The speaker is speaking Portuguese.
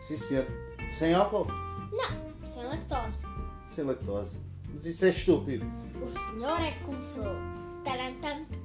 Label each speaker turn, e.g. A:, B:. A: Sincero. Sem álcool?
B: Não, sem lactose.
A: Sem lactose. Mas isso é estúpido.
B: O senhor é que começou. Tarantam.